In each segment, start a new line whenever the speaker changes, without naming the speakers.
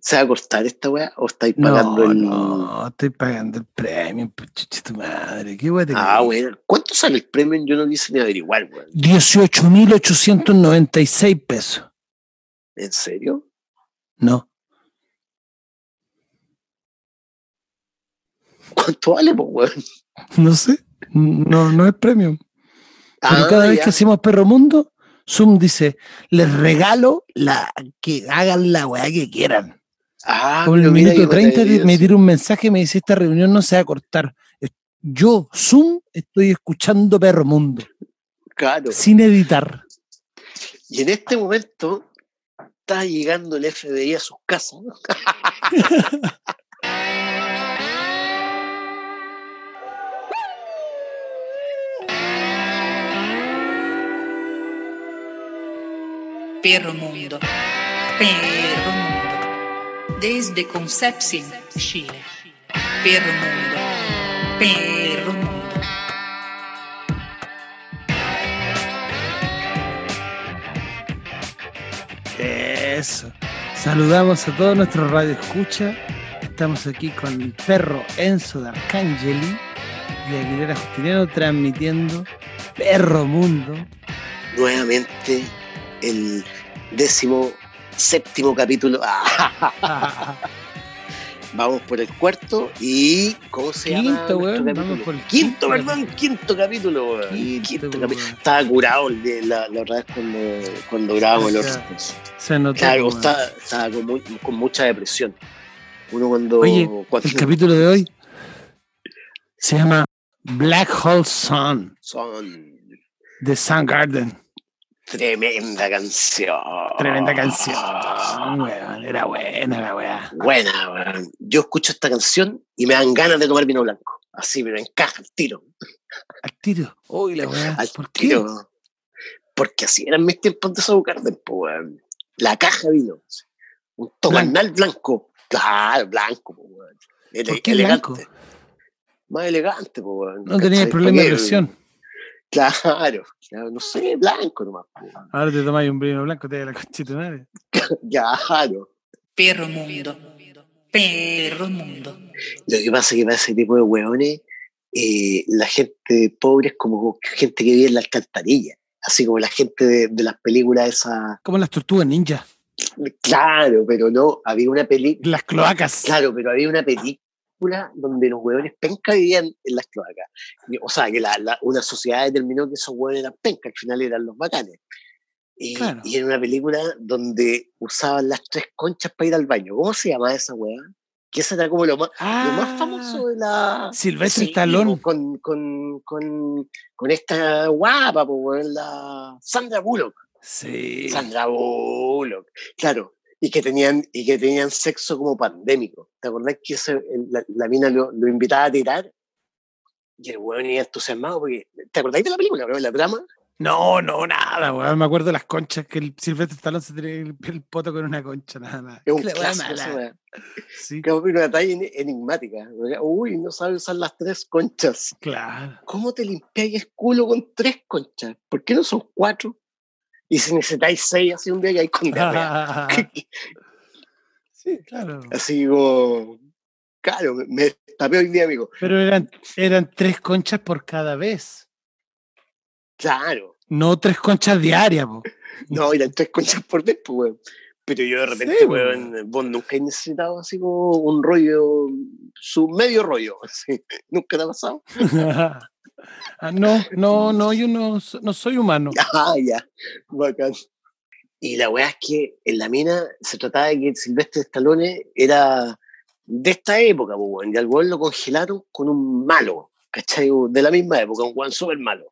¿Se va a cortar esta weá? ¿O estáis pagando
no,
el.?
no, estoy pagando el premio, pues, chucha tu madre, qué weá te
Ah,
creí?
weón. ¿Cuánto sale el premio? Yo no quise ni averiguar, weón.
18.896 pesos.
¿En serio?
No,
¿Cuánto vale, pues, weón?
no sé, no, no es premium. Pero
Ah,
cada vez
ya.
que hacemos Perro Mundo, Zoom dice, les regalo la que hagan la weá que quieran.
Ah,
Con el
pero mira que no
minuto
te
30 di-
había
me
eso.
tira un mensaje y me dice, esta reunión no se va a cortar. Es- Yo, Zoom, estoy escuchando Perro Mundo,
Claro.
sin editar.
Y en este momento está llegando el FBI a sus casas. ¿no?
Perro Mundo. Perro Mundo. Desde Concepción, Chile. Perro Mundo. Perro Mundo.
Eso. Saludamos a todos nuestros radio escucha. Estamos aquí con el perro Enzo de Arcangeli y Aguilera Justiniano transmitiendo Perro Mundo.
Nuevamente el décimo séptimo capítulo. Ah, vamos por el cuarto y ¿cómo se llama? nuestro
Quinto, weón.
capítulo?
Vamos por el
Quinto,
quinto.
perdón, quinto capítulo, weón.
Quinto,
Quinto,
weón.
capítulo. Estaba curado el de la, la otra vez cuando, cuando grabamos el
Ya.
otro.
Se notó.
Claro,
weón.
estaba, estaba con, mu- con mucha depresión. Uno cuando.
Oye,
cuando
El capítulo de hoy se llama Black Hole Sun
son
de Sun Garden.
tremenda canción.
Tremenda
Ah.
canción, weón. Era buena la weá.
Buena, weón. Yo escucho esta canción y me dan ganas de tomar vino blanco. Así, pero encaja al tiro.
Al tiro. Uy, la weá.
Al
¿Por qué?
tiro. Porque así eran mis tiempos de South Garden, po, weón. La caja de vino. Un tocanal blanco. Claro, blanco, po, weón. Ele-
¿Por qué
elegante.
blanco?
Más elegante, po, weón.
No tenía
¿Cachai?
el problema de
Porque-
presión.
Claro, claro, no sé, blanco nomás, po, weón.
Ahora te tomáis un vino blanco, te da la conchita de madre.
Claro.
Perro Mundo. Perro Mundo.
Lo que pasa es que para ese tipo de hueones, eh, la gente pobre es como gente que vive en la alcantarilla, así como la gente de, de las películas esas.
Como las tortugas ninja,
Claro, pero no, había una película.
las cloacas.
Claro, pero había una película donde los hueones penca vivían en las cloacas. Y- O sea, que la- la- una sociedad determinó que esos hueones eran penca, al final eran los bacanes. Y,
Claro.
y era una película donde usaban las tres conchas para ir al baño. ¿Cómo se llamaba esa hueá? Que esa era como lo más,
Ah,
lo más famoso de la.
Silvestre
Sí,
Stallone.
Con, con, con, con esta guapa, po, weón, la Sandra Bullock.
Sí.
Sandra Bullock. oh, Claro. Y que tenían, y que tenían sexo como pandémico. ¿Te acordás que ese- el- la, la mina lo, lo invitaba a tirar? Y el weón iba entusiasmado porque. ¿Te acordáis de la película, weón? La trama.
No, no, nada, weón. Me acuerdo de las conchas que el Silvestre Stallone se tenía el, el poto con una concha, nada más.
Es un
Qué la weá
clásico,
mala.
esa weá.
Sí,
Que es una talla en- enigmática. Uy, no sabe usar las tres conchas.
claro.
¿cómo te limpiáis el culo con tres conchas? ¿Por qué no son cuatro? Y si necesitáis seis, así un día que hay con diarrea.
sí, claro.
Así como, claro, me- me tapé hoy día, amigo.
Pero eran, eran tres conchas por cada vez.
Claro,
No tres conchas diarias, po.
no, eran tres conchas por vez, pues, weón. Pero yo de repente,
Sí,
weón, vos nunca he necesitado así como un rollo, su medio rollo, así. Nunca te ha pasado.
ah, no, no, no, yo no, so- no soy humano.
Ah, ya, bacán. Y la weá es que en la mina se trataba de que Silvestre Stallone era de esta época, po, weón, y al weón lo congelaron con un malo, ¿cachai? De la misma época, un weón súper malo.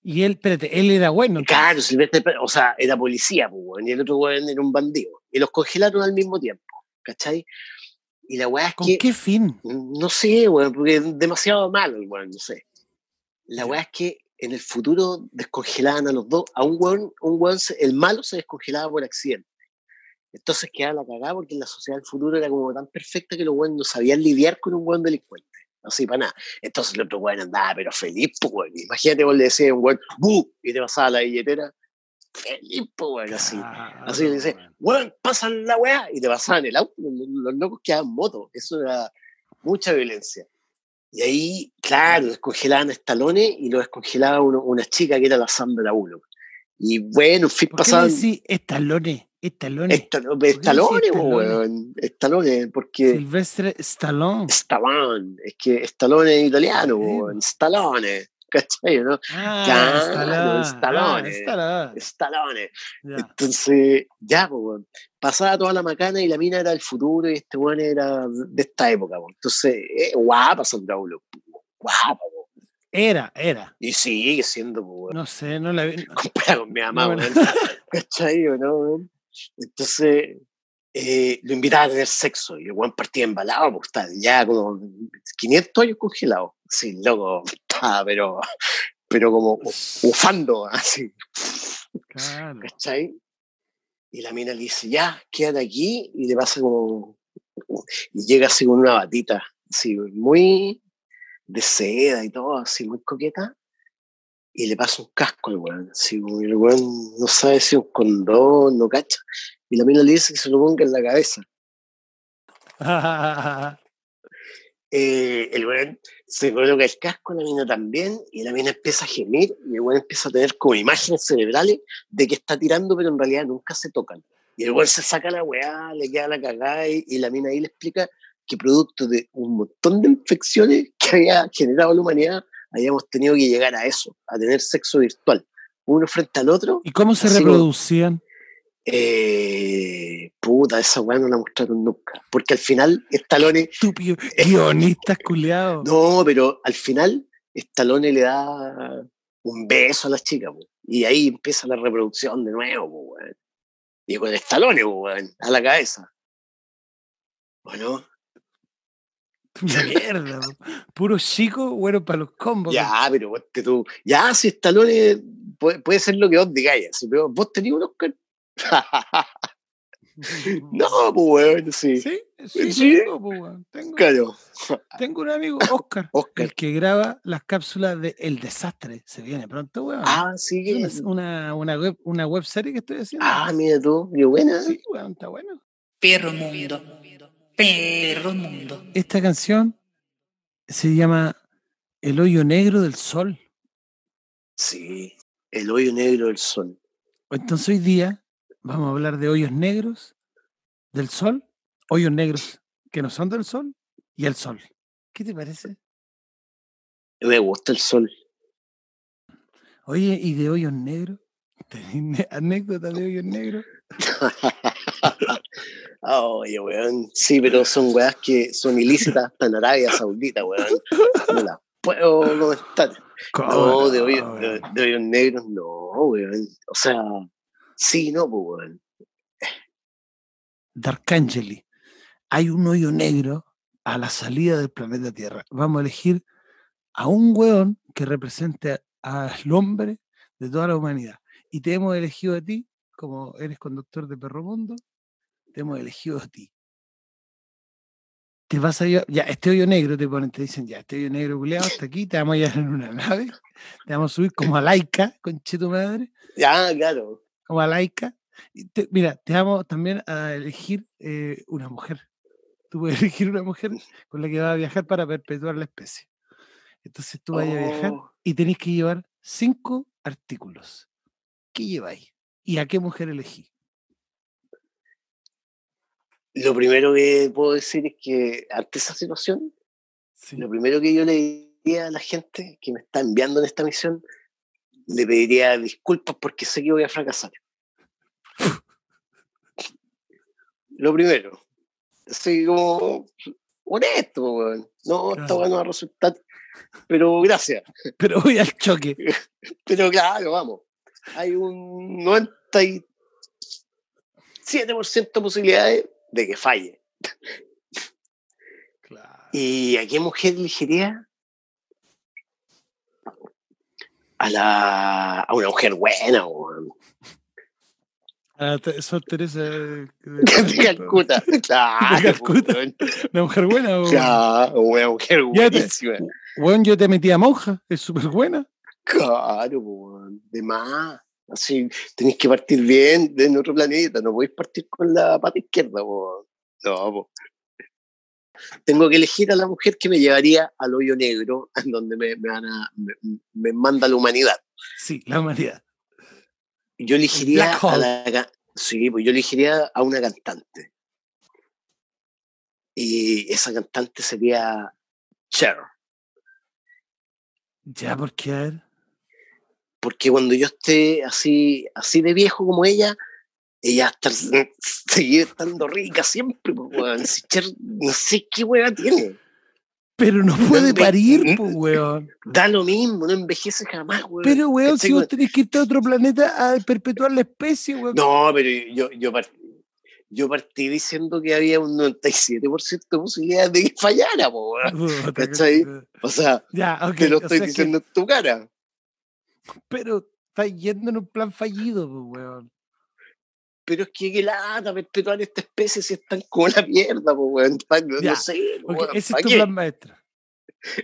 Y él, espérate, él era bueno. entonces.
Claro, Silvestre, o sea, era policía, po, weón, y el otro weón era un bandido. Y los congelaron al mismo tiempo, ¿cachai? Y la weá es
¿Con
que.
qué fin?
No sé, weón, porque es demasiado malo, weón, no sé. La weá es que en el futuro descongelaban a los dos. A un weón, un weón se- el malo se descongelaba por accidente. Entonces quedaba la cagada porque en la sociedad del futuro era como tan perfecta que los weones no sabían lidiar con un weón delincuente. Así para nada. Entonces el otro weón andaba, pero feliz, pues, weón. Imagínate, vos le decías a un weón, ¡bu! y te pasaba la billetera. feliz, po, weón, así.
Ah,
Así le dice,
weón.
weón, pasan la weá, y te pasaban el auto, los, los locos quedaban motos, eso era mucha violencia. Y ahí, claro, descongelaban estalones y lo descongelaba uno- una chica que era la Sandra 1. Y bueno, en fin,
¿Por qué le
pasaban
decís estalones? Estalones.
esta- estalones, po,
Stallone?
weón, estalones, porque
Silvestre Stallone.
Stallone, es que estalones es italiano,
Sí,
po,
po.
estalones, ¿cachai? no?
Ah,
Claro,
Stallone.
Stallone. eh.
Ah, Stallone.
Estalones.
Ya.
Entonces, ya, pues, weón. pasaba toda la macana y la mina era del futuro y este weón era de esta época. weón. Entonces, eh, guapa Sandra Bullock, pues, weón. guapa. weón.
Era, era.
Y sigue siendo, pues, weón.
No sé, no la vi. no.
comparado con mi mamá,
No, bueno.
weón. ¿Cachai, o no, weón? Entonces, eh, lo invitaba a tener sexo y el weón partía embalado, pues estaba ya como 500 años congelado. Sí, loco, estaba, pero, pero como ufando, así.
Claro.
¿cachai? Y la mina le dice, ya, quédate aquí, y le pasa como, y llega así con una batita, así, muy de seda y todo, así, muy coqueta, y le pasa un casco al weón, así, como el weón no sabe si es un condón, no cacha, y la mina le dice que se lo ponga en la cabeza. Eh, el weón se coloca el casco, la mina también, y la mina empieza a gemir, y el weón empieza a tener como imágenes cerebrales de que está tirando, pero en realidad nunca se tocan. Y el weón se saca la weá, le queda la cagada, y, y la mina ahí le explica que producto de un montón de infecciones que había generado la humanidad, habíamos tenido que llegar a eso, a tener sexo virtual, uno frente al otro.
¿Y cómo se
Así como-
reproducían?
Eh, puta, esa weá no la mostraron nunca, porque al final Stallone
Estúpido. Guionistas culiados.
No, pero al final Stallone le da un beso a la chica, po, y ahí empieza la reproducción de nuevo, po, weón. Y con Stallone, po, weón, a la cabeza. Bueno,
Una mierda. po. Puros chicos, bueno, para los combos.
ya, pero ponte tú, ya si Stallone puede, puede ser lo que vos digáis, así, pero vos tenés un Oscar. no, po, weón, sí.
Sí, sí,
Sí.
tengo, po, weón. tengo,
Claro,
tengo un amigo, Oscar,
Oscar.
el que graba las cápsulas de El Desastre. Se viene pronto, weón.
Ah, sí,
Es
que-
una, una, una web, una web serie que estoy haciendo.
Ah, mira tú, qué buena.
Sí, weón, está bueno.
Perro mundo. Perro mundo.
Esta canción se llama El hoyo negro del sol.
Sí, el hoyo negro del sol.
Entonces hoy día vamos a hablar de hoyos negros del sol, hoyos negros que no son del sol y el sol. ¿Qué te parece?
Me gusta el sol.
Oye, ¿y de hoyos negros? ¿Tenés anécdota de hoyos negros?
Oye, weón. Sí, pero son weas que son ilícitas hasta en Arabia Saudita, weón. No las puedo comentar.
Ah,
No, de hoyos, de, de hoyos negros, no, weón. O sea, sí, no, pues, weón.
Darkangeli. Hay un hoyo negro a la salida del planeta Tierra. Vamos a elegir a un weón que represente a- al hombre de toda la humanidad. Y te hemos elegido a ti, como eres conductor de Perro Mundo, te hemos elegido a ti. Te vas a llevar, ya, este hoyo negro te ponen, te dicen, ya, este hoyo negro culeado hasta aquí, te vamos a llevar en una nave, te vamos a subir como a laica, conche tu madre,
Ya, claro.
como a laica. Y te- mira, te vamos también a elegir eh, una mujer. Tú puedes elegir una mujer con la que vas a viajar para perpetuar la especie. Entonces tú vas a viajar
Oh,
y tenés que llevar cinco artículos. ¿Qué lleváis? ¿Y a qué mujer elegí?
Lo primero que puedo decir es que ante esa situación, lo primero que yo le diría a la gente que me está enviando en esta misión, le pediría disculpas porque sé que voy a fracasar. Lo primero. Así como honesto, po, weón. No, esta
Claro.
weá no va a resultar. Pero gracias.
Pero voy al choque.
Pero claro, vamos. Hay un 97% de posibilidades de que falle. ¿Y a qué mujer elegiría? A la a una mujer buena, weón.
Ah, te- Sor Teresa eh, de-
De Calcuta. Claro,
De Calcuta.
weón.
Una mujer buena. o-
Claro, una mujer
Ya te-
buenísima.
Weón, yo te metí a monja. Es súper buena.
Claro, weón. De más. Así, tenéis que partir bien de otro planeta, no podéis partir con la pata izquierda, po. No, po. Tengo que elegir a la mujer que me llevaría al hoyo negro, en donde me, me van a- me- me manda la humanidad.
Sí, la humanidad.
Yo elegiría
Black
a
Hole.
la ca- sí, pues yo elegiría a una cantante. Y esa cantante sería Cher.
Ya, porque a ver.
Porque cuando yo esté así, así de viejo como ella, ella va a estar- seguir estando rica siempre. pues, weón. Si Cher, no sé qué hueá tiene.
Pero no puede
Ve-
parir, pues, weón.
Da lo mismo, no envejece jamás, weón.
Pero, weón, si
¿Cachai,
vos tenés que irte a otro planeta a perpetuar la especie, weón.
No, pero yo, yo, par- yo partí diciendo que había un 97% de posibilidades de que fallara, po, weón.
Puta,
¿Cachai? O sea,
Ya, ok.
te lo
o
estoy
sea que-
diciendo en tu cara.
pero está yendo en un plan fallido, pues, weón.
Pero es que qué lata pues, perpetuar esta especie si están como la mierda, po, weón. Pa- No,
Ya,
no sé, po,
Ok,
weón,
ese
¿pa'
es tu
qué?
plan maestro.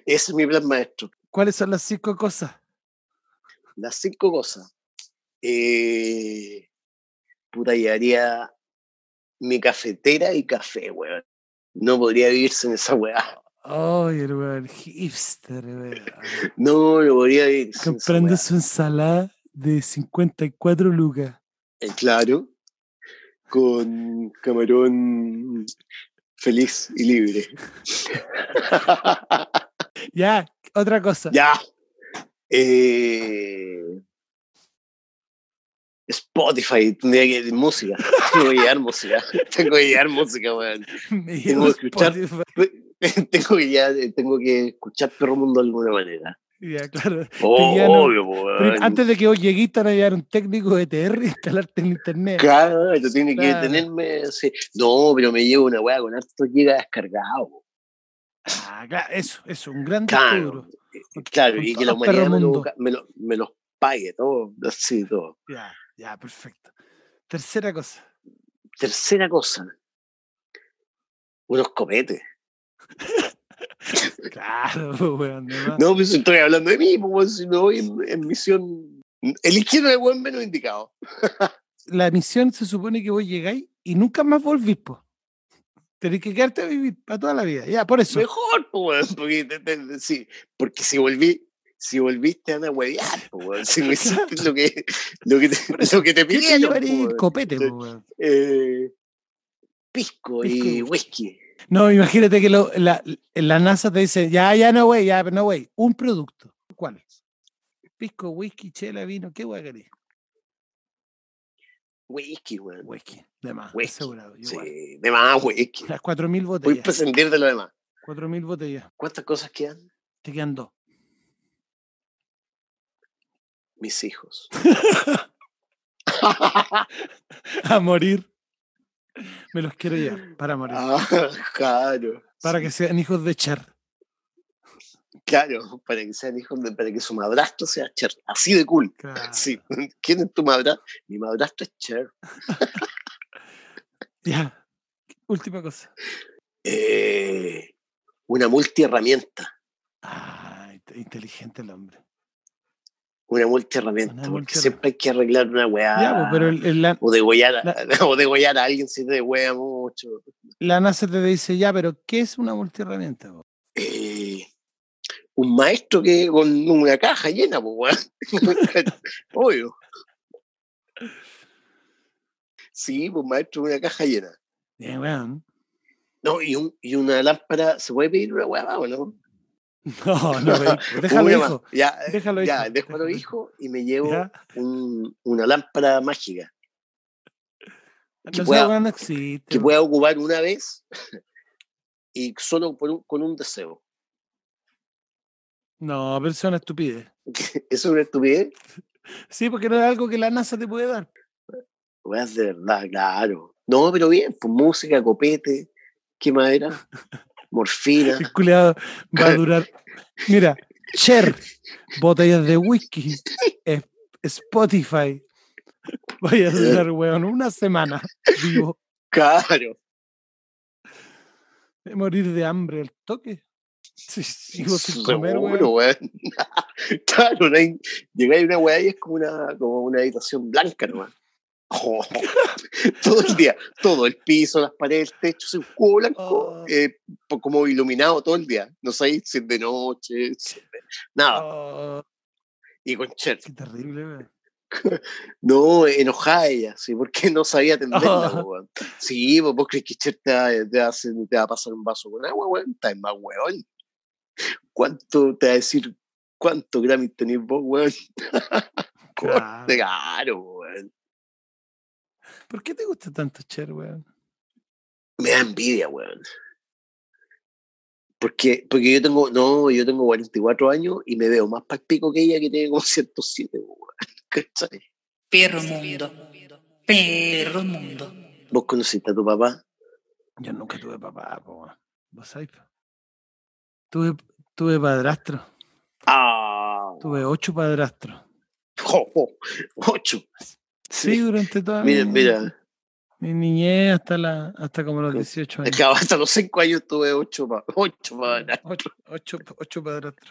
Ese es mi plan maestro.
¿Cuáles son las cinco cosas?
Las cinco cosas. Eh, puta, llevaría mi cafetera y café, weón. No podría vivirse en esa weá.
Ay, el weón hipster, weón.
No, no podría vivir sin esa
Comprando
weá.
su ensalada de 54 lucas.
Eh, Claro. Con camarón feliz y libre.
Ya, otra cosa.
Ya. Eh, Spotify, tendría que música. Tengo que llevar música. Tengo que llevar música, weón. Tengo
Me llevo
que escuchar.
Spotify.
Tengo que, llevar- tengo que escuchar Perro Mundo de alguna manera.
Ya, claro.
Oh,
llevan un-
obvio, po,
Pero
weón.
antes de que vos lleguís, te van a llevar un técnico de TR y instalarte en internet.
Claro, yo tiene
Claro.
que detenerme. sí. No, pero me llevo una weá con hartos gigas descargados. po.
Ah, claro, eso, eso, un gran disco
Claro,
duro.
Eh, claro,
con
y que
todo
la
el perro
humanidad me, lo-
mundo.
me, lo- me los pague todo, así todo.
Ya, ya, perfecto. Tercera cosa.
Tercera cosa, unos copetes.
Claro, pues, weón. de más.
No, pues estoy hablando de mí, pues weón, si me voy en, en misión. El izquierdo es el buen menos indicado.
La misión se supone que vos llegáis y nunca más volvís, po. Tenés que quedarte a vivir para toda la vida. Ya, por eso.
Mejor, pues, weón, porque, te- te- sí, porque si volví, si volviste a huevear, pues, weón, si no hiciste lo que, lo que
Por
te,
eso,
lo que te
¿Qué te
pidieron.
llevaría
pues,
copete, po,
Sí.
weón?
eh, pisco,
Pisco y
y whisky.
No, imagínate que lo- la, la NASA te dice, ya, ya, no, güey, ya, no, güey. Un producto. ¿Cuál? Pisco, whisky, chela, vino, ¿qué güey querés?
Whisky, weón.
Whisky, de más,
Whisky,
asegurado. igual.
Sí, de más whisky.
Las 4.000
Voy a
botellas.
prescindir de lo demás.
4.000 botellas.
¿Cuántas cosas quedan?
Te quedan dos.
Mis hijos.
A morir. Me los quiero llevar para morir.
Ah, claro.
Para que sean hijos de Cher.
Claro, para que sean hijos de, para que su madrastro sea Cher. Así de cool.
Claro.
Sí. ¿Quién es tu madrastro? Mi madrastro es Cher.
Ya. Última cosa.
Eh, una multiherramienta.
Ah, inte- inteligente el hombre.
Una multiherramienta.
Una
Porque
multiherramienta.
siempre hay que arreglar una weá.
Ya, pues, pero el- el- la,
o, degollar a,
la-
o degollar a alguien si te wea mucho.
la NASA te dice, ya, pero ¿qué es una multiherramienta? po?
eh, un maestro que con una caja llena, pues, weón. Obvio. Sí, pues, maestro con una caja llena.
Bien, weón.
No, y, un, y una lámpara, ¿se puede pedir una hueá más o no?
No, no, ve- déjalo,
Una
hijo.
más. Ya,
Déjalo,
ya,
hijo,
dejo a los
déjalo.
hijos y me llevo
¿Ya?
un- una lámpara mágica que
No,
pueda-
esa weá no existe,
que
weón.
pueda ocupar una vez y solo por un- con un deseo.
No, pero eso es una estupidez.
¿Eso es una estupidez?
Sí, porque no es algo que la NASA te puede dar.
Weas de verdad, claro. No, pero bien, pues música, copete, ¿qué más era?
El
Morfina.
culiado este va a durar. Mira, Cher, botellas de whisky, es- Spotify. Vaya a durar, weón, una semana vivo.
Claro.
De morir de hambre al toque. Sí, sigo sin comer,
Seguro,
weón.
weón. claro, no hay, llegáis a una weá y es como una, como una habitación blanca nomás. Oh, todo el día, todo el piso, las paredes, el techo, es un cubo blanco,
Oh.
eh, po- como iluminado todo el día. No sabéis si es de noche, si es de- nada.
Oh,
Y con Cher,
qué terrible, weón.
no, enojada ella, sí, porque no sabía atenderla,
Oh.
po, weón. Sí, po, vos crees que Cher te va, te va a hacer- te va a pasar un vaso con agua, weón, estás más weón. ¿Cuánto te va a decir cuánto Grammy tenés vos, weón?
Claro.
Claro, weón.
¿Por qué te gusta tanto Cher, weón?
Me da envidia, weón. Porque, porque yo tengo, no, yo tengo 44 años y me veo más palpico que ella que tiene como 107, weón. ¿Cachai?
perro mundo, perro mundo,
¿Vos conociste a tu papá?
Yo nunca tuve papá, po, weón. ¿Vos sabés? po? Tuve, tuve padrastro.
Ah,
Tuve ocho padrastros.
jo, jo, Oh, ocho.
Sí,
Sí.
durante toda
Mira,
mi,
mira,
mi niñez hasta, la, hasta como los
Con-
18 años.
acá hasta los 5 años tuve 8 pa, ocho pa-
Ocho, ocho, ocho padrastros.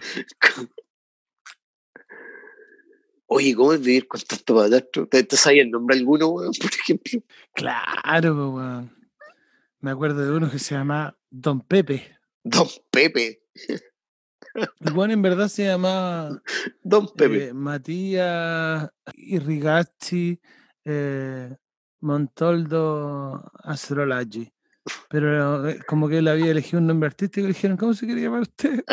Oye, ¿cómo es vivir con tanto padrastro? ¿Te, te sabía el nombre alguno, weón? Por ejemplo.
Claro, po, weón. Me acuerdo de uno que se llamaba Don Pepe.
Don Pepe.
El weón en verdad se llamaba
Don Pepe.
eh, Matías Irrigazzi eh, Montoldo Astrolagi. Pero eh, como que él había elegido un nombre artístico, le dijeron, ¿cómo se quiere llamar usted?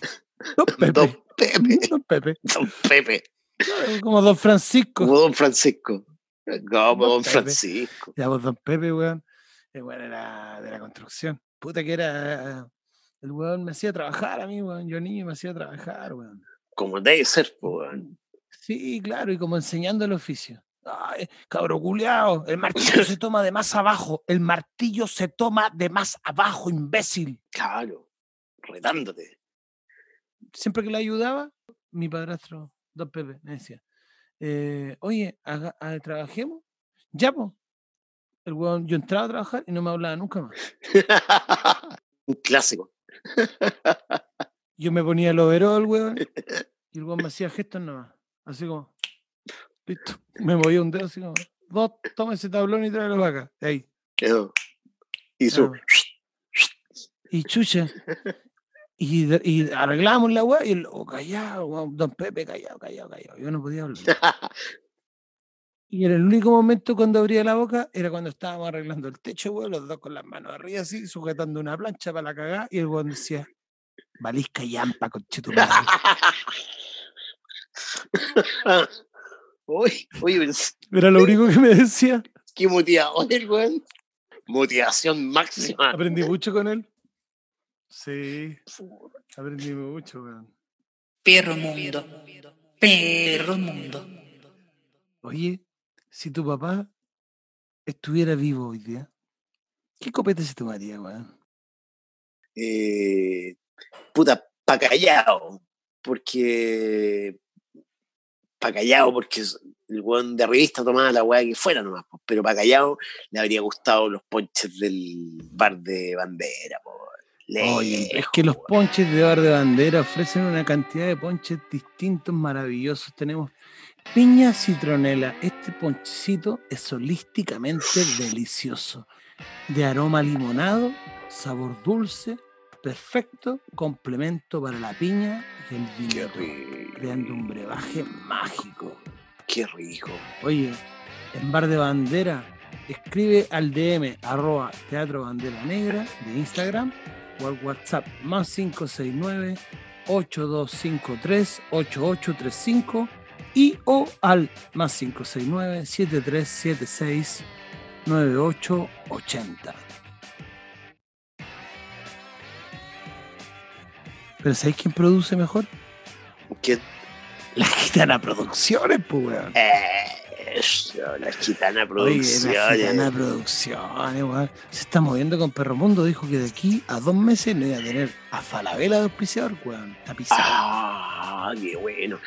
Don Pepe.
Don Pepe.
Don Pepe.
Don Pepe.
Claro, Como Don Francisco.
Como Don Francisco. Como
Don
Don
Pepe.
Francisco.
Ya vos, don Pepe, weón. El weón era de la construcción. Puta que era. El weón me hacía trabajar a mí, weón. Yo niño me hacía trabajar, weón.
Como debe ser, po, weón.
Sí, claro, y como enseñando el oficio. Ay, cabro culeado, el martillo se toma de más abajo. El martillo se toma de más abajo, imbécil.
Claro. Retándote.
Siempre que le ayudaba, mi padrastro, don Pepe, me decía: eh, Oye, haga- ah, trabajemos. Ya, po. El weón, yo entraba a trabajar y no me hablaba nunca más.
Un clásico.
Yo me ponía el overol, weón. Y el weón me hacía gestos nomás. Así como, listo. Me movía un dedo así como, vos toma ese tablón y tráelo para acá. Ahí.
Eh, Y su.
Claro. Y chucha. Y, de- y arreglamos la weá y el oh, callado, weón, don Pepe, callado, callado, callado. Yo no podía hablar. Y era el único momento cuando abría la boca era cuando estábamos arreglando el techo, weón, los dos con las manos arriba así, sujetando una plancha para la cagada. Y el weón decía, valisca yampa, conchetumadre.
Uy, oye, pero es-
Era lo único que me decía.
qué motivador el weón. Motivación máxima.
Aprendí mucho con él. Sí, aprendí mucho, weón.
perro mundo, perro mundo,
Oye, si tu papá estuviera vivo hoy día, ¿qué copete se tomaría, weón?
eh, puta, pa' callado, porque pa' callado, porque s- el weón de revista tomaba la weá que fuera nomás, po, pero pa' callado le habría gustado los ponches del bar de bandera, po.
Oye, es
Lejos,
que los
po.
ponches de bar de bandera ofrecen una cantidad de ponches distintos, maravillosos. Tenemos piña citronela. Este ponchecito es holísticamente delicioso. De aroma a limonado, sabor dulce, perfecto complemento para la piña y el
Qué
vino. creando un
rico.
brebaje mágico.
Qué rico.
Oye, en Bar de Bandera, escribe al DM arroba Teatro Bandera Negra de Instagram o al WhatsApp más 569 8253 8835 y o al más 569 7376 9880. ¿Pero sabéis quién produce mejor?
¿Qué?
La Gitana Producciones, pues, weón.
Eso, la gitana producción. eh.
Oye, la Gitana Producciones, weón. Se está moviendo con Perro Mundo. Dijo que de aquí a dos meses no iba a tener a Falabella de auspiciador, weón. Tapizado.
Ah, qué bueno.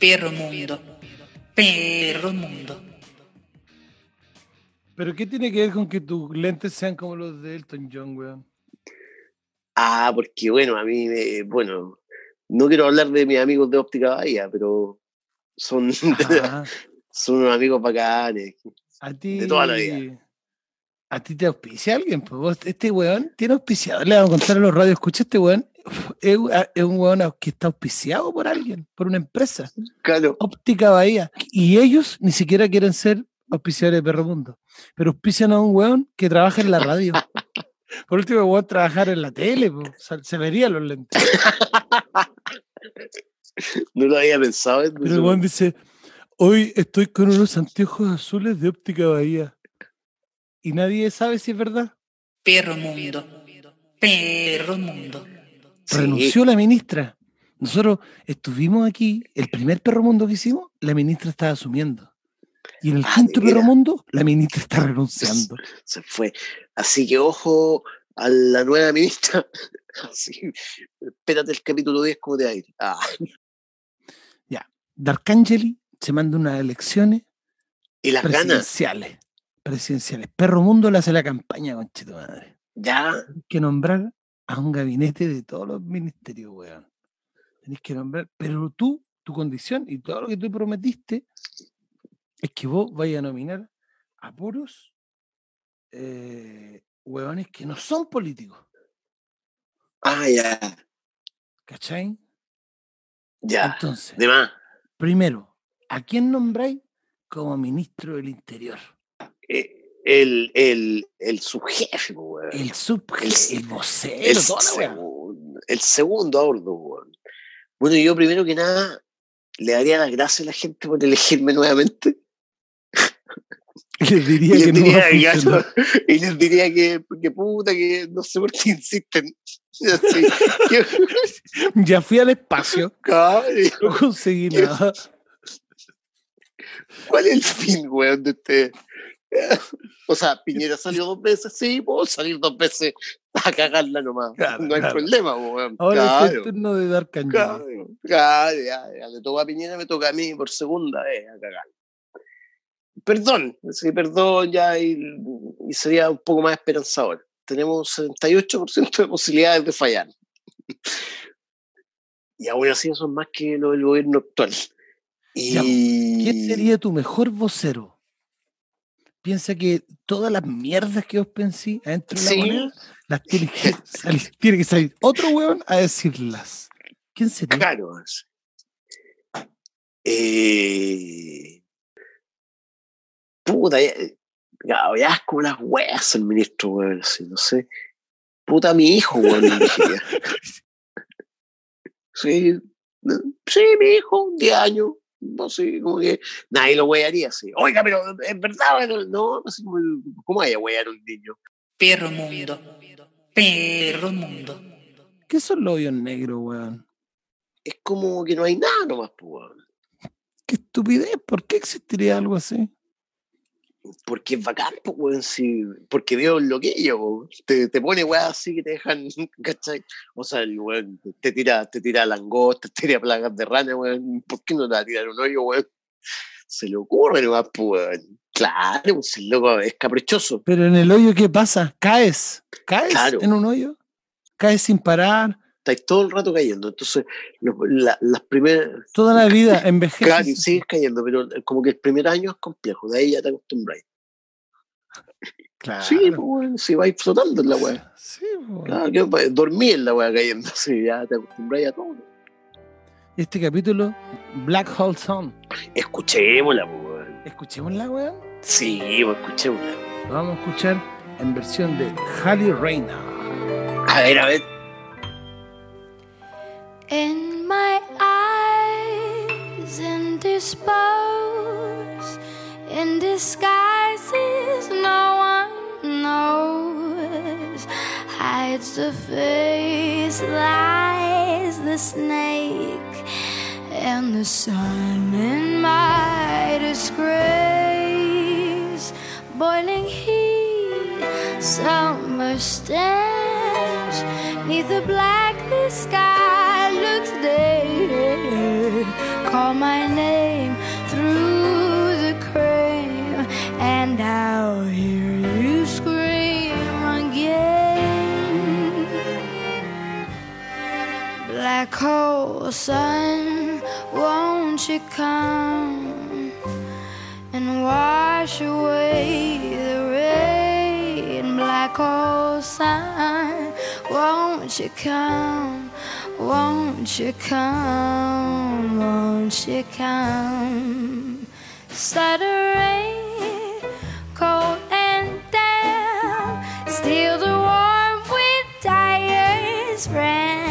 perro mundo, perro mundo,
¿Pero qué tiene que ver con que tus lentes sean como los de Elton John, weón?
Ah, porque bueno, a mí, me- bueno, no quiero hablar de mis amigos de Óptica Bahía, pero son,
Ajá.
son unos amigos bacanes.
A ti.
toda la vida.
A ti te auspicia alguien, pues vos- este weón tiene auspiciado. Le vamos a contar a los radios, escucha este weón. uf, Es, un- es un weón au- que está auspiciado por alguien, por una empresa.
Claro,
Óptica Bahía. Y ellos ni siquiera quieren ser auspiciadores de Perro Mundo. Pero auspician a un weón que trabaja en la radio. Por último, weón, trabajar en la tele, po, sal- se verían los lentes.
no lo había pensado. ¿eh?
Pero el
entonces-
weón dice: Hoy estoy con unos anteojos azules de Óptica Bahía. Y nadie sabe si es verdad.
Perro mundo. Perro mundo.
Sí,
renunció la ministra. Nosotros estuvimos aquí, el primer perro mundo que hicimos, la ministra estaba asumiendo. Y en el
Ah, ¿de
quinto perro
veras?
mundo, la ministra está renunciando.
se fue. Así que ojo a la nueva ministra. Así, espérate el capítulo 10 como te va a ir. Ah,
Darkangeli se manda unas elecciones
y las ganas,
presidenciales. Presidenciales. Perro mundo le hace la campaña, conchito madre.
ya.
Hay que nombrar a un gabinete de todos los ministerios, weón. Tenés que nombrar, pero tú, tu condición y todo lo que tú prometiste es que vos vayas a nominar a puros eh, weones que no son políticos,
Ah, ya,
¿cachai?
ya.
Entonces,
De más.
primero, ¿a quién nombráis como ministro del Interior?
eh, El, el, el subjefe, po, weón.
El subjefe, el vocero,
el,
toda la weá.
segundo, el segundo a bordo, weón. Bueno, yo primero que nada le daría las gracias a la gente por elegirme nuevamente.
Les diría
y
que
les
no va
diría, que-
a funcionar.
y les diría que, que puta, que no sé por qué insisten. Así, que-
Ya fui al espacio,
cabrón,
no conseguí
Yo-
nada.
¿Cuál es el fin, weón, de ustedes? O sea, Piñera salió dos veces, sí, puedo salir dos veces a cagarla nomás.
Claro,
no hay
claro.
problema, weón.
Ahora es el
claro,
turno de dar cañón.
claro, claro, ya, ya, le toca a Piñera, me toca a mí por segunda vez a cagar. Perdón, sí, perdón, ya, y, y sería un poco más esperanzador. Tenemos un 78% de posibilidades de fallar. Y aún así, eso es más que lo del gobierno actual.
Ya,
Y...
¿Quién sería tu mejor vocero? Piensa que todas las mierdas que vos pensé adentro de la
Sí.
moneda, las tiene que salir, tiene que salir otro hueón a decirlas. ¿Quién sería?
Claro. es. Eh, puta, ya, eh, ya, ya es como las weas el ministro, weón, así, no sé. Puta, mi hijo, weón, le elegiría. Sí, no, sí, mi hijo, 10 años. No sé, como que nadie lo wearía así. Oiga, pero es verdad, pero no, no sé, como el- ¿cómo hay a wear a un niño?
Perro mundo. Perro mundo.
¿Qué son los hoyos negros, hueón?
Es como que no hay nada nomás, pues, weón.
Qué estupidez, ¿por qué existiría algo así?
Porque es bacán, po, weón, si- porque Dios lo que yo, te, te pone weá así que te dejan, ¿cachai? O sea, el weón te tira, te tira langosta, te tira plagas de rana, weón, ¿por qué no te va a tirar un hoyo, weón? Se le ocurre nomás, po, weón. Claro, pues el loco es caprichoso.
Pero en el hoyo, ¿qué pasa? ¿Caes? ¿Caes
Claro.
en un hoyo? ¿Caes sin parar?
Estáis todo el rato cayendo. Entonces, lo- la- las primeras.
Toda la vida envejeces.
Claro, y sigues cayendo, pero eh, como que el primer año es complejo, de ahí ya te acostumbras.
Claro.
Sí, pues, weón, si vais flotando en la weá.
Sí, po.
Claro, que pa- dormí en la weá cayendo, sí, ya te acostumbras a todo.
Este capítulo, Black Hole Song.
Escuchémosla, po, weón.
Escuchémosla, weón.
Sí, po, escuchémosla.
Lo vamos a escuchar en versión de Halle Reina.
A ver, a ver.
In my eyes, in dispose, in disguises, no one knows. Hides the face, lies the snake, and the sun in my disgrace. Boiling heat, summer stench, neath the blackness sky looks day. Call my name through the cream, and I'll hear you scream again. cold sun, won't you come and wash away the rain? Black cold sun, won't you come? Won't you come? Won't you come? Stuttering, cold and damp, still the warm wind tires friend.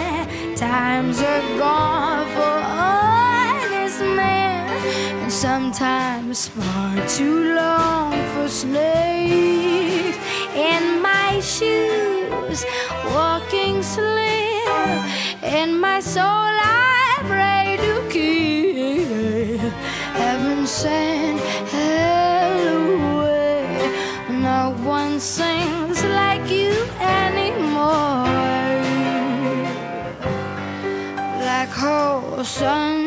Times are gone for honest man, and sometimes far too long for snakes in my shoes, walking slim in my soul. I pray to keep heaven sent hell away. No one sings like you anymore. Black hole sun,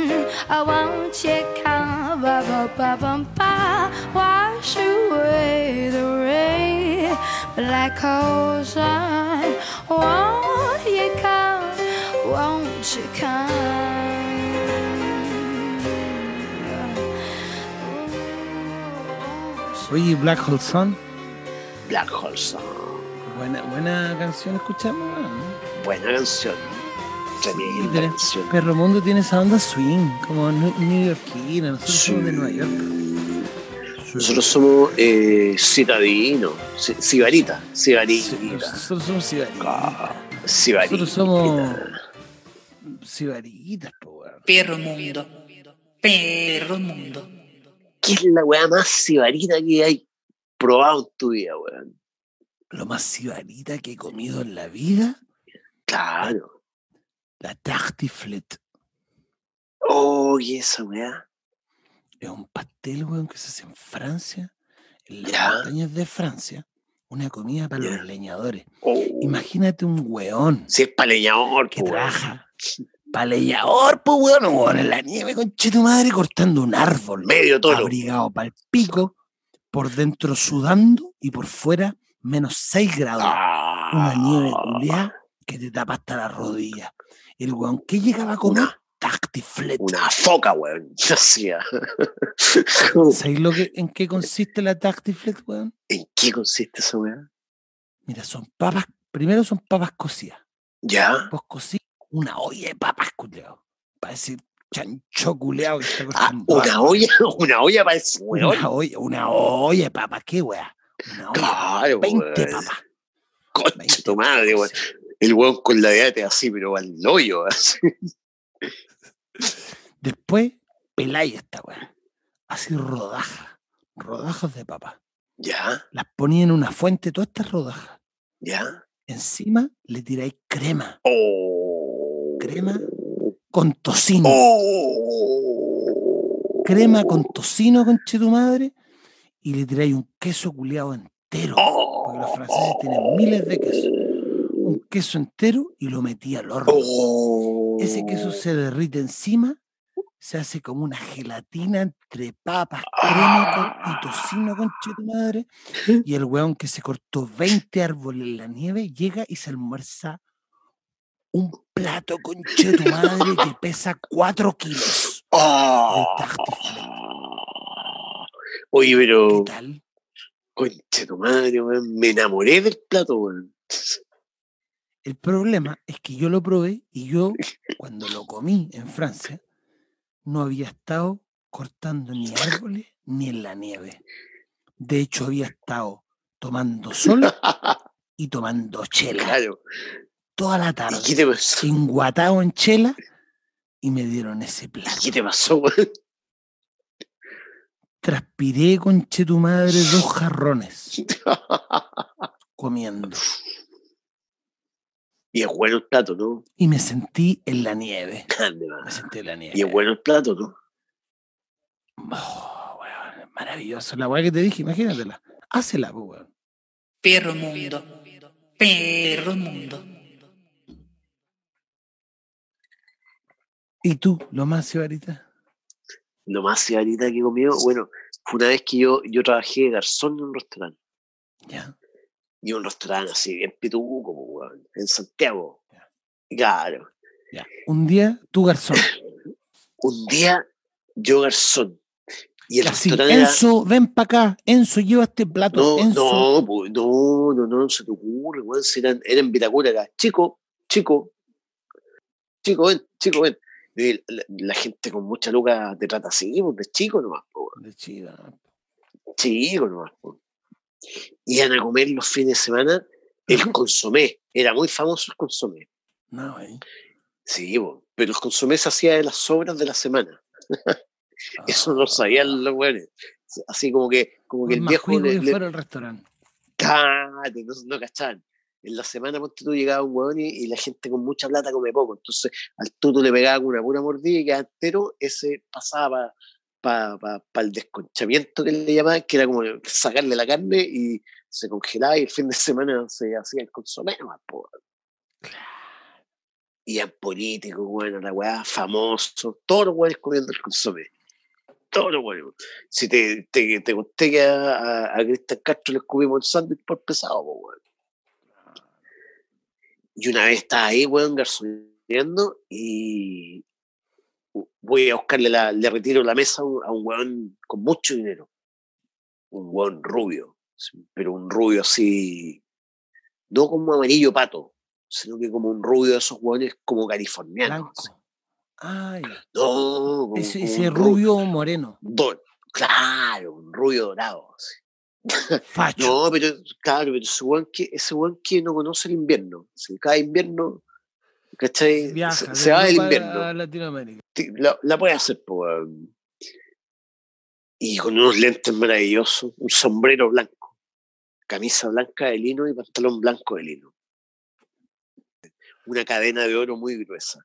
I want you come ba ba ba ba ba, wash away the rain. Black hole sun, won't you come? Won't you come?
Oye, Black Hole Sun,
Black Hole Song.
buena, buena canción, escuchamos. ¿no?
Buena canción. Tremenda
Tiene-
canción.
Perro Mundo tiene esa onda swing, como nu- neoyorquina, nosotros somos de Nueva York.
Nosotros somos eh, citadinos, ci- cibarita, cibarita,
Nosotros somos cibaritas.
ca- cibarita.
Nosotros somos cibaritas, po, weón.
Perro mundo. Perro mundo.
¿Qué es la weá más cibarita que hay probado en tu vida, weón?
Lo más cibarita que he comido en la vida,
Claro.
la tartiflette.
Oh, ¿qué es esa weá?
Es un pastel, weón, que se hace en Francia, en las
Ya.
montañas de Francia. Una comida para
Ya.
los leñadores.
Oh,
Imagínate un weón
si es paleñador,
que
po, weón.
trabaja para leñador, pues weón, un weón en la nieve, conche tu madre, cortando un árbol.
Medio toro.
Abrigado para el pico, por dentro sudando y por fuera menos 6 grados.
Ah,
una nieve culiá que te tapa hasta la rodilla. El weón que llegaba a comer
Una-
tactiflet.
Una foca, weón. Hacía. ¿Cómo?
¿Sabéis lo que, en qué consiste la tactiflet, weón?
¿En qué consiste esa weá?
Mira, son papas, primero son papas cocidas.
¿Ya?
Vos cocís una olla de papas, culiao. Para decir chancho culiao que está
Ah,
cortando
una olla, una olla para el
Una
weón.
olla, una olla de papas, qué weá. Una olla, de papas,
Claro,
20
weón.
papas.
Concha
20
tu madre, weón.
papas, sí.
El weón con la dieta así, pero al hoyo, así.
Después, peláis esta weá. Así rodajas, rodajas de papas.
Ya,
Las ponía en una fuente, todas estas rodajas.
ya.
Encima le tiráis crema
Oh.
Crema. con tocino.
Oh.
Crema con tocino, conche tu madre. Y le tiráis un queso culiado entero.
Oh.
Porque los franceses tienen miles de quesos. Un queso entero y lo metí al horno.
Oh.
Ese queso se derrite encima, se hace como una gelatina entre papas, crema con- y tocino, conche tu madre. Y el weón que se cortó 20 árboles en la nieve llega y se almuerza un plato, conche tu madre, que pesa 4 kilos. de
Oh.
tartiflette.
Oye,
¿Qué
pero.
tal?
Concha tu madre, weón. Me enamoré del plato, weón.
El problema es que yo lo probé y yo, cuando lo comí en Francia, no había estado cortando ni árboles ni en la nieve. De hecho, había estado tomando sol y tomando chela
Claro.
toda la
¿Y
tarde,
qué te pasó?
enguatado en chela, y me dieron ese
¿Y
plato.
qué te pasó, weón?
Transpiré, conche tu madre, dos jarrones comiendo
Y es bueno el plato, ¿no?
y me sentí en la nieve.
Grande, man.
Me sentí en la nieve.
Y es bueno el plato, ¿no?
Oh, weón, es maravilloso. La weá que te dije, imagínatela. Hácela, po, weón.
Perro mundo. Perro mundo.
¿Y tú, lo más cibarita?
Lo más cigarita que he comido, bueno, fue una vez que yo, yo trabajé de garzón en un restaurante.
Ya.
Y un restaurante así, bien pituco, po, weón, en Santiago. Claro.
Ya. Un día, tu garzón.
Un día, yo garzón. Y el
Así,
restaurante era-
Enzo, ven para acá. Enzo, lleva este plato.
No,
Enzo.
no, po, no, no, no, se te ocurre, weón. si eran, era en Vitacura acá. Chico, chico, chico, ven, chico, ven. Y la, la gente con mucha luca te trata así, pues, de chico nomás, po, weón.
De Chiva.
chico nomás. po. Iban a comer los fines de semana el consomé, era muy famoso el consomé.
No, eh.
Sí, po, pero el consomé se hacía de las sobras de la semana. Eso no lo sabían los weones. Así como que, como que el
Ah. Más
viejo
cuico
le-
que
le-
fuera al restaurante.
Cállate, no, no cachaban. En la semana, ponte tú, llegaba un hueón y, y la gente con mucha plata come poco. Entonces, al tuto le pegaba con una pura mordida y quedaba entero. Ese pasaba para el desconchamiento que le llamaban, que era como sacarle la carne y se congelaba y el fin de semana se hacía el consomé nomás, po. Y eran políticos, bueno, la weá, famosos, todos los weones comiendo el consomé. Todos los weones. Si te, te, te conté que a, a, a Cristian Castro le comimos el sándwich por pesado, po, weón. Y una vez estaba ahí, weón, garzoneando, y voy a buscarle la, le retiro la mesa a un, a un weón con mucho dinero. Un weón rubio, pero un rubio así, no como amarillo pato, sino que como un rubio de esos weones como californianos.
Blanco. Ah, ya.
No, como-
Ese,
como
ese
un
rubio moreno.
Don, claro, un rubio dorado. así.
Facho.
No, pero claro, pero ese weón que, ese weón que no conoce el invierno. Si cada invierno, ¿cachai?
Viaja.
se
de
se va del
Europa
invierno.
A Latinoamérica.
Ti- La, la puede hacer, po, weón. Y con unos lentes maravillosos, un sombrero blanco, camisa blanca de lino y pantalón blanco de lino. Una cadena de oro muy gruesa,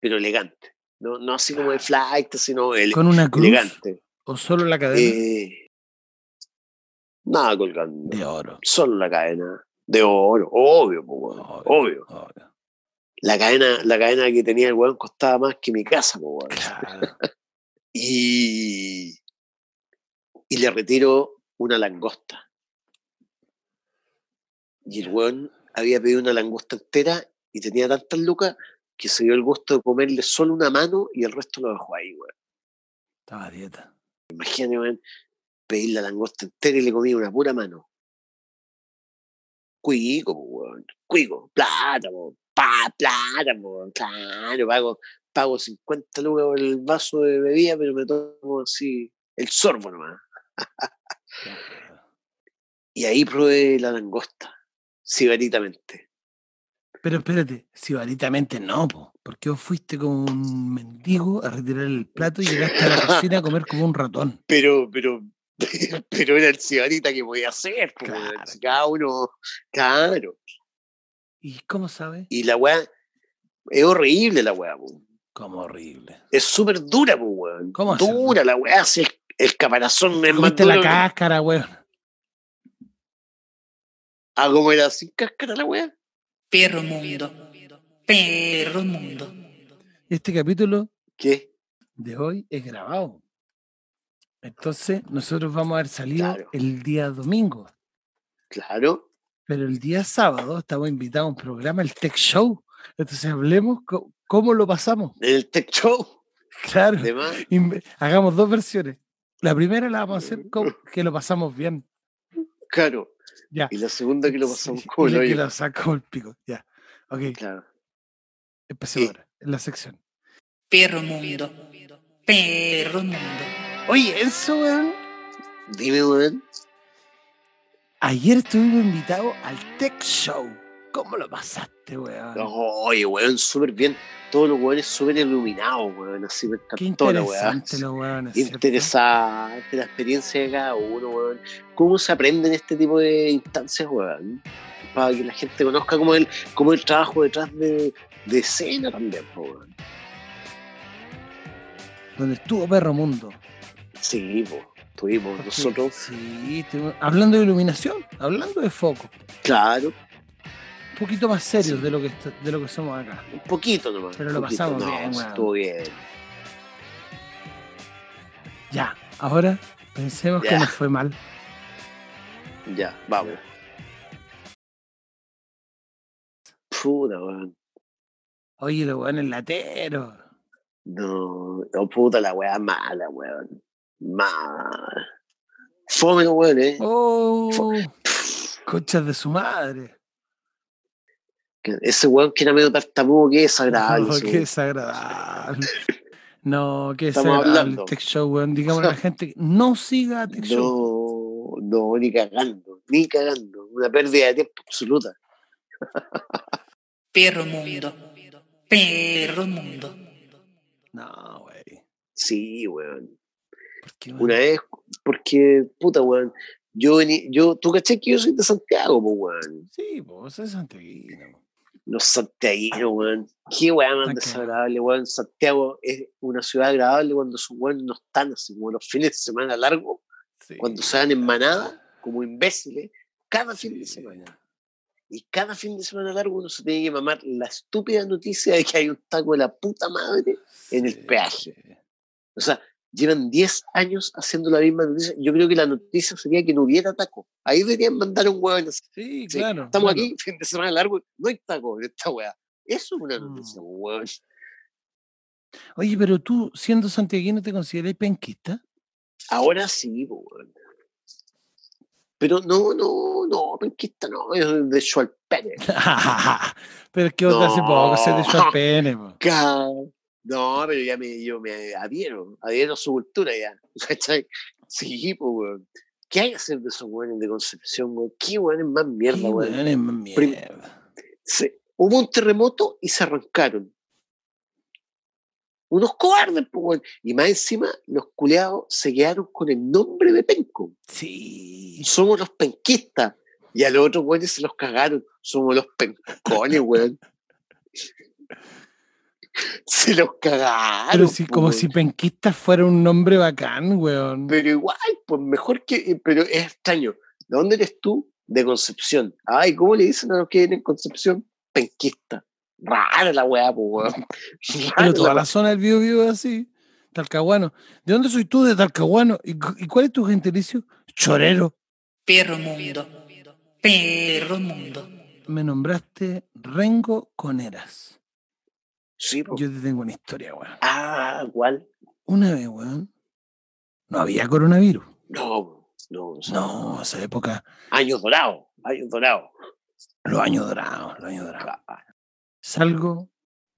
pero elegante. No, no así como de flight, sino ele-
Ah. Con una cruz.
elegante.
O solo la cadena.
Eh, nada colgando.
de oro.
Solo la cadena de oro, obvio, po, weón,
Obvio.
obvio.
Obvio.
La cadena, la cadena que tenía el weón costaba más que mi casa, po, weón.
Claro.
Y, y le retiro una langosta. Y el weón había pedido una langosta entera y tenía tantas lucas que se dio el gusto de comerle solo una mano y el resto lo dejó ahí, weón.
Estaba a dieta.
Imagínate, weón, pedir la langosta entera y le comí una pura mano. Cuico, po, weón. Cuico, plata, po. Pa, plata, po, weón. Claro, pago, pago 50 lucas por el vaso de bebida, pero me tomo así el sorbo nomás.
Claro.
Y ahí probé la langosta, sibaritamente.
Pero espérate, sibalitamente no, po, porque vos fuiste como un mendigo a retirar el plato y llegaste a la cocina a comer como un ratón.
Pero, pero, pero era el sibarita que podía hacer, po, weón.
Claro.
Si cada uno, claro.
¿Y cómo sabe?
Y la weá, es horrible la weá, po.
Como horrible.
es súper dura, pues, weón.
¿Cómo hacerlo?
dura la weá, si el, el caparazón es más
Comiste
duro.
la
que-
cáscara, weón.
Ah, ¿cómo era sin cáscara la weá?
Perro mundo. Perro mundo.
Este capítulo
¿Qué?
de hoy es grabado. Entonces, nosotros vamos a haber salido
Claro.
el día domingo.
Claro.
Pero el día sábado estamos invitados a un programa, el Tech Show. Entonces hablemos co- cómo lo pasamos.
En el tech show.
Claro.
Además,
Inve- Hagamos dos versiones. La primera la vamos a hacer como que lo pasamos bien.
claro.
Ya.
Y la segunda que lo pasamos
Sí,
con el
y la que
hoyo.
la saco el pico. Ya. Ok,
Claro.
empecemos
Sí.
ahora. En la sección.
Perro mundo. Perro mundo.
Oye, Enzo, weón.
Dime, weón.
Ayer estuvimos invitados al Tech Show. ¿Cómo lo pasaste, weón?
Oye, weón, súper bien. Todos los weones súper iluminados, weón. Así me
Qué
encantó la weá.
interesante los weones. ¿cierto?
Interesante la experiencia de cada uno, weón. ¿Cómo se aprenden este tipo de instancias, weón? Para que la gente conozca cómo es el, cómo es el trabajo detrás de, de escena también, po, weón.
Donde estuvo Perro Mundo.
Sí, po, tuvimos
Porque-
nosotros,
Sí, estuvimos- hablando de iluminación, hablando de foco.
claro,
Un poquito más serios
Sí.
de, lo que, esto- de lo que somos acá.
un poquito nomás.
Pero lo
poquito.
pasamos
No,
bien,
sí,
weón.
Estuvo bien.
Ya, ahora pensemos que
Ya.
nos fue mal.
Ya, vamos. Puta, weón.
Oye, los weones lateros.
No, no, puta la weá mala, weón. Mal. Fome eh. los weones.
Oh, conchas de su madre.
Ese weón que era medio tartamudo, qué desagradable. ese weón.
No, Oh, qué desagradable. No, qué
Estamos
desagradable
hablando.
el Tech Show, weón. Digamos a la gente que no siga a Tech Show.
No, no, ni cagando, ni cagando. Una pérdida de tiempo absoluta.
perro mundo, perro mundo,
No, güey.
Sí, weón.
¿Por qué,
Una vez, porque, puta, weón. Yo, vení- yo, tú caché que yo soy de Santiago, pues, weón.
Sí, vos es santiaguino.
Los santiaguinos, weón. Qué weón más
Ok.
desagradable, weón. Santiago es una ciudad agradable cuando sus weones no están así, como los fines de semana largos,
Sí.
cuando se dan en manada, como imbéciles, cada fin de
Sí.
semana. Y cada fin de semana largo uno se tiene que mamar la estúpida noticia de que hay un taco de la puta madre. en el
Sí.
peaje. O sea, llevan 10 años haciendo la misma noticia. Yo creo que la noticia sería que no hubiera taco. Ahí deberían mandar un hueón así.
Sí,
Sí,
claro.
Estamos
claro.
aquí, fin de semana largo, no hay taco en esta weá. Eso es una
Mm.
noticia, hueón.
Oye, pero tú, siendo santiaguino, ¿te consideras penquista?
Ahora sí, po, hueón. Pero no, no, no, penquista no, es de Joel Pérez.
pero es que vos de hace poco se
No.
te echó al pene, po.
Ca- No, pero ya me, yo me adhiero, adhiero a su cultura ya. ¿Cachai? Sí, pues, weón. ¿Qué hay que hacer de esos weones de Concepción, weón? ¿Qué weones más mierda,
Sí,
weón?
weón, es más
Prim-
mierda.
Se- hubo un terremoto y se arrancaron. Unos cobardes, pues, weón. Y más encima, los culeados se quedaron con el nombre de Penco.
Sí.
Somos los penquistas. Y a los otros weones se los cagaron. Somos los pencones, weón. Se los cagaron.
Pero sí,
po,
como
weón.
si penquista fuera un nombre bacán, weón.
Pero igual, pues mejor que. Pero es extraño. ¿De dónde eres tú? De Concepción. Ay, ¿cómo le dicen a los que vienen en Concepción? Penquista. Rara la weá, pues, weón. Rara
Pero toda
la-
la zona del Bío Bío es así. Talcahuano. ¿De dónde soy tú? De Talcahuano. ¿Y, cu- y cuál es tu gentilicio? Chorero.
perro mundo, perro mundo,
Me nombraste Rengo Coneras.
Sí, pues.
Yo te tengo una historia, weón.
Ah, igual.
Una vez, weón, no había coronavirus.
No, no. o sea,
No, esa época,
Años dorados. Años dorados.
los años dorados, los años dorados.
Ah,
Salgo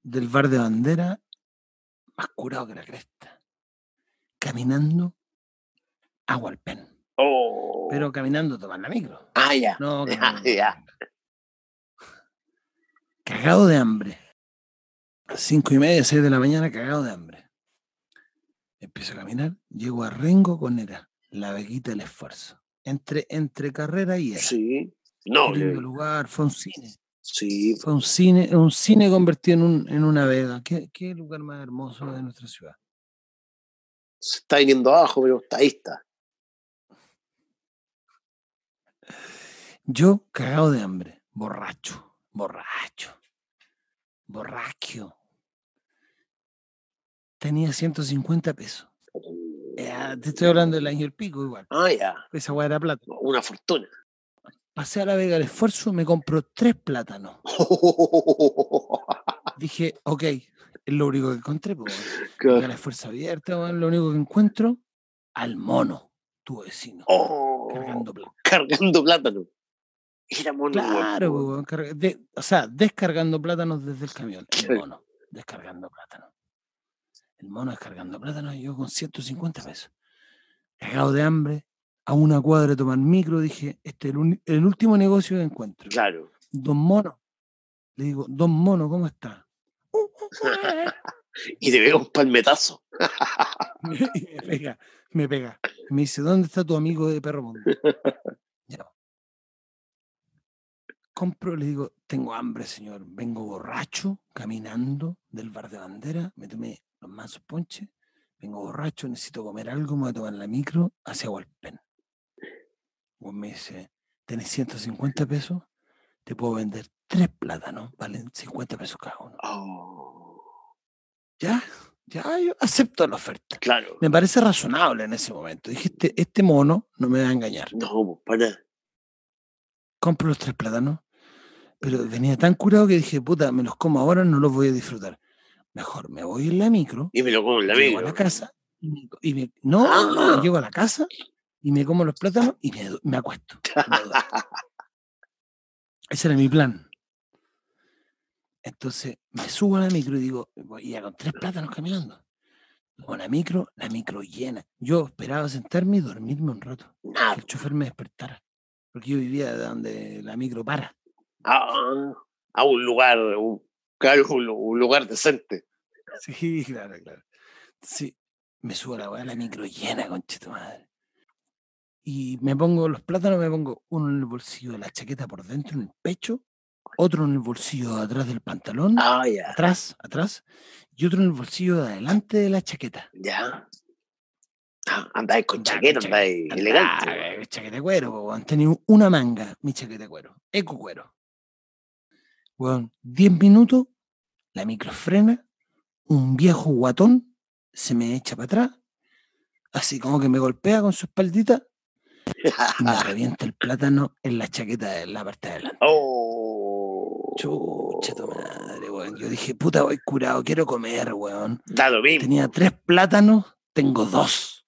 del bar de bandera, más curado que la cresta, caminando a Hualpén.
Oh.
Pero caminando tomar la micro.
ah, ya.
No,
Ya,
caminando.
ya.
Cagado de hambre. A las cinco y media, seis de la mañana, cagado de hambre. Empiezo a caminar, llego a Rengo con era, la vaquita del esfuerzo. Entre, entre carrera y era.
Sí.
Qué
No,
lindo lugar, fue un cine.
sí.
Fue un cine, un cine convertido en, un, en una vega. Qué, qué lugar más hermoso de nuestra ciudad.
Se está viniendo abajo, pero está ahí está.
Yo cagado de hambre, borracho, borracho, borracho. Tenía 150 pesos. Eh, te estoy hablando del año el pico igual.
Ah, ya.
Esa weá era plata.
Una fortuna.
Pasé a la Vega del Esfuerzo, me compró tres plátanos. Dije, ok, es lo único que encontré. po, weón. Vega del Esfuerzo abierta, weón, lo único que encuentro, al mono, tu vecino,
Oh,
cargando plata.
cargando plátano. Era mono.
Claro,
weón.
po, weón, carga- de- o sea, descargando plátanos desde el camión. El
Claro.
mono, descargando plátanos. El mono descargando plátanos, yo con 150 pesos. Cagado de hambre, a una cuadra de tomar micro, dije, este es el, uni- el último negocio que encuentro.
Claro.
Don Mono. Le digo, Don Mono, ¿cómo está?
Y te veo un palmetazo.
Y me pega, me pega. Me dice, ¿dónde está tu amigo de perro mundo? Ya. Compro, le digo, tengo hambre, señor. Vengo borracho, caminando del bar de bandera. Me tomé los mansos ponches. Vengo borracho, necesito comer algo. Me voy a tomar la micro hacia Hualpén. Vos me dice, ¿tenés 150 pesos? Te puedo vender tres plátanos. Valen 50 pesos cada uno.
Oh,
ya, ya, yo acepto la oferta.
claro.
Me parece razonable en ese momento. Dijiste, este mono no me va a engañar.
No, pues, para.
Compro los tres plátanos. Pero venía tan curado que dije, puta, me los como ahora, no los voy a disfrutar. Mejor me voy en la micro,
Y me lo como en la
llego
micro.
a la casa, y me, y me- no,
Ah.
no, llego a la casa y me como los plátanos y me, du- me acuesto. me duermo. Ese era mi plan. Entonces me subo a la micro y digo, voy ya con tres plátanos caminando. Con la micro, la micro llena. Yo esperaba sentarme y dormirme un rato, que
Nada.
el chofer me despertara. Porque yo vivía de donde la micro para.
A, Ah, a un lugar, un, claro, un, lu- un lugar decente.
Sí, claro, claro. Sí, me subo a la weá, la micro llena, conchito madre. Y me pongo los plátanos, me pongo uno en el bolsillo de la chaqueta por dentro, en el pecho, otro en el bolsillo de atrás del pantalón,
Ah, ya.
atrás, atrás, y otro en el bolsillo de adelante de la chaqueta.
Ya. Ah, andáis con
Andaba
chaqueta,
chaqueta-
andáis
andaba,
elegante.
eh, chaqueta de cuero, po, weón. Tenía una manga, mi chaqueta de cuero, eco cuero. Weón, 10 minutos, la micro frena, un viejo guatón se me echa para atrás, así como que me golpea con su espaldita y me revienta el plátano en la chaqueta de la parte de adelante.
oh.
Chucha tu madre, weón. Yo dije, puta, voy curado, quiero comer, weón.
Da lo mismo.
Tenía tres plátanos, tengo dos.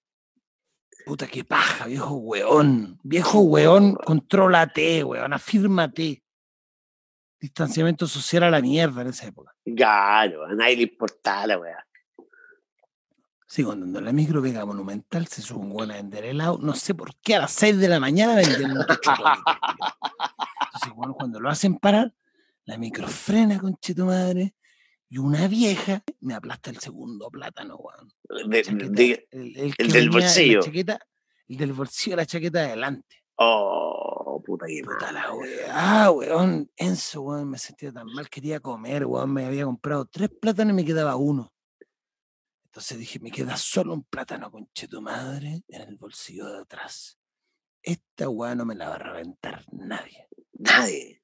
Puta que paja, viejo weón. Viejo weón, contrólate, weón, afírmate. Distanciamiento social a la mierda en esa época.
Claro, a nadie le importaba la weá.
Sí, cuando ando en la micro pega monumental, se sube un weón a vender helado. No sé por qué a las 6 de la mañana venden un Entonces, bueno, cuando lo hacen parar, la micro frena, conchito madre. Y una vieja me aplasta el segundo plátano, weón.
De-
chaqueta,
de-
el, el
eh, el del
que venía en la
bolsillo.
chaqueta, el del bolsillo de la chaqueta de adelante.
oh, puta que
Puta
mal.
la wea. Ah, weón. Enzo, weón, me sentía tan mal. Quería comer, weón. Me había comprado tres plátanos y me quedaba uno. Entonces dije, me queda solo un plátano, conche tu madre, en el bolsillo de atrás. Esta weá no me la va a reventar nadie.
Nadie.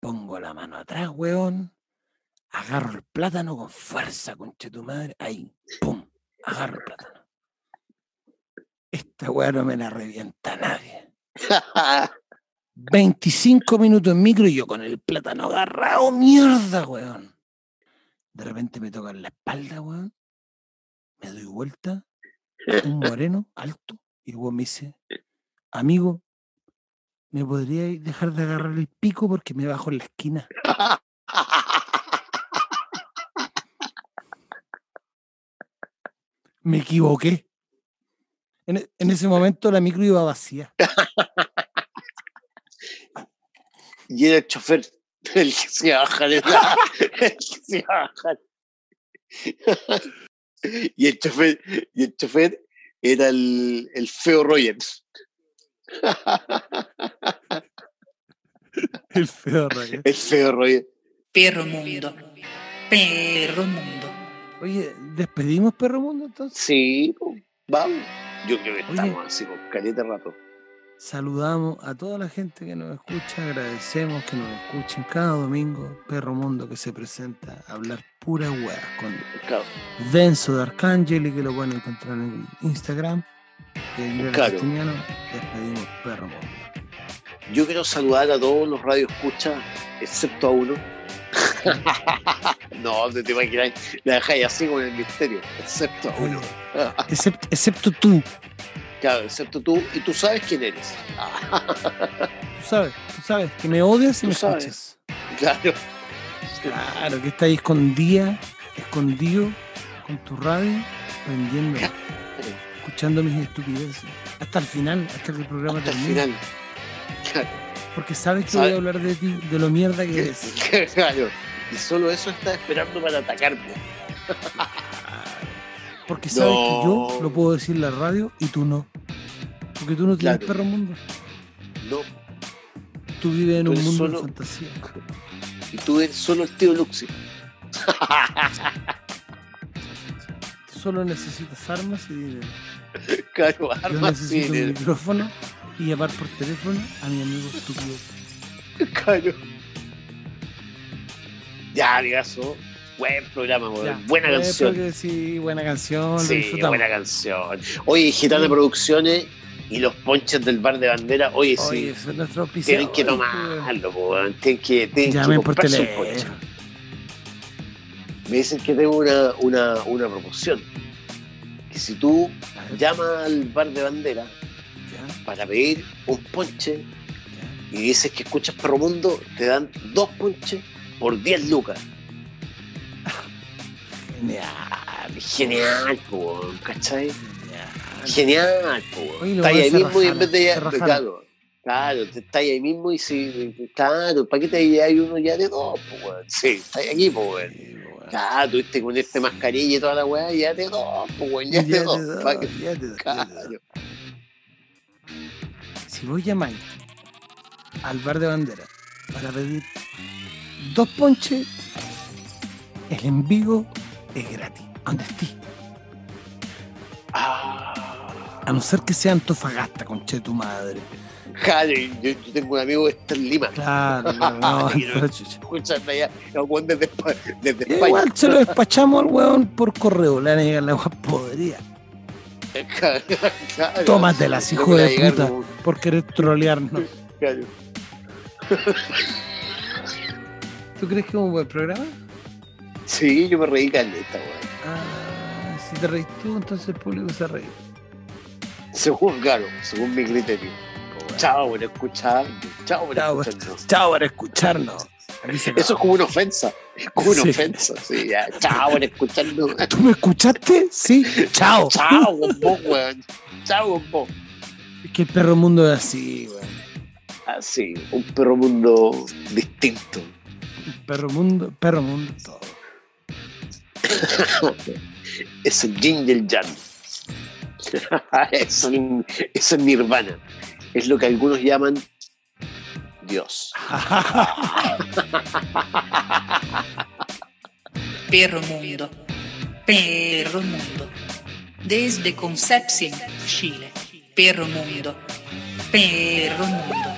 Pongo la mano atrás, weón. Agarro el plátano con fuerza, conche tu madre. Ahí, pum, agarro el plátano. Esta weá no me la revienta nadie.
Ah,
25 minutos en micro y yo con el plátano agarrado, mierda, weón. De repente me tocan la espalda, weón. Me doy vuelta. Un moreno, alto. Y el weón me dice, amigo, ¿me podríais dejar de agarrar el pico porque me bajo en la esquina? me equivoqué. En, e- en ese momento la micro iba vacía.
y era el chofer el que se baja de la- el que se baja. y el chofer y el chofer era el, el feo Rogers
El feo rayo.
el feo Rogers
Perro mundo. Perro mundo.
Oye, ¿despedimos Perro Mundo entonces?
sí po, vamos yo creo que
Oye.
estamos así con caleta de rato
Saludamos a toda la gente que nos escucha, agradecemos que nos escuchen cada domingo. Perro Mundo que se presenta a hablar pura hueá con
Claro,
Denso de Arcangeli que lo pueden encontrar en Instagram. Y Aguilera
Claro.
Castellano, despedimos Perro Mundo.
yo quiero saludar a todos los radioescuchas excepto a uno no no te imaginas la dejáis así con el misterio excepto a uno
Except- excepto tú,
claro excepto tú y tú sabes quién eres Ah,
tú sabes, tú sabes, que me odias
Tú
y me
sabes.
escuchas.
claro
Claro, que está ahí escondida, escondido, con tu radio, prendiendo, escuchando mis estupideces. Hasta el final, hasta que el programa
hasta el
termine.
final.
Porque sabes que
¿Sabe?
voy a hablar de ti, de lo mierda que eres.
Claro. Y solo eso está esperando para atacarme.
Porque sabes que yo
No.
lo puedo decir en la radio y tú no. Porque tú no tienes
Claro.
perro mundo.
No.
Tú vives en
Tú
un
eres
mundo de
solo-
fantasía.
Y tú eres solo el tío Luxi.
Tú solo necesitas armas y dinero.
Claro, eh,
Yo
armas sí,
necesito un micrófono y llamar por teléfono a mi amigo estúpido.
Claro. Ya, amigazo. Buen programa, weón.
Ya,
Buena
eh,
canción.
creo que sí, buena canción. lo
Sí,
disfrutamos.
buena canción. Oye, Gitana Producciones Y los ponches del bar de bandera, oye,
Oye,
sí,
eso es nuestro pues. oficial.
tienen que tomarlo, po, weón. tienen que, tienen que
Llamen por
comprarse un
teléfono.
ponche. Me dicen que tengo una, una, una promoción. Que si tú llamas al bar de bandera
Ya,
para pedir un ponche
ya.
y dices que escuchas Perro Mundo, te dan dos ponches por 10 lucas. Genial, genial, po, weón, ¿cachai? Genial, po, weón.
Oye, lo
Está
bueno,
ahí
se
mismo y en
rajaron,
vez de
se
ya,
rajaron.
claro, claro, te está ahí mismo y si, claro, ¿para qué te hay uno ya de dos, po, weón? Sí, está ahí aquí, po, weón.
Sí, weón.
Claro, tuviste con este mascarilla y toda la weá, ya de dos, po, weón, ya, de
te
dos.
doy,
pa' que-
ya te doy, ya te doy.
Claro,
Si vos llamáis al bar de bandera para pedir dos ponches, el envío es gratis. ¿Dónde estés?
Ah,
A no ser que sea Antofagasta, conche de tu madre.
Claro, yo, yo tengo un amigo que está en Lima.
Claro, no, no, pero chucha.
Escuchando allá, el weón desde, Espa- desde España.
Igual se lo despachamos al weón por correo, le van a llegar la weá podrida.
Claro.
Tómatelas, hijo
No me
de
la llegaron,
puta. Por querer trolearnos.
claro.
¿Tú crees que es un buen programa?
Sí, yo me reí caleta, weón.
Ah, si te reís tú, entonces el público se reí.
Según, claro, según mi criterio. Chao por escuchar. Chao por
Chao,
escucharnos.
Chao por escucharnos. Aquí se acabó.
Eso es como una ofensa. Es como una
Sí.
ofensa, sí. ya. Chao por escucharnos.
¿Tú me escuchaste? Sí. Chao.
Chao con vos, weón. Chao con vos.
Es que el perro mundo es así, weón.
Así, Ah, un perro mundo distinto.
Perro mundo, perro mundo, todo.
es el Ginger Jan. es, el- es el Nirvana. Es lo que algunos llaman Dios.
Perro Mundo. Perro Mundo. Desde Concepción, Chile. Perro Mundo. Perro Mundo.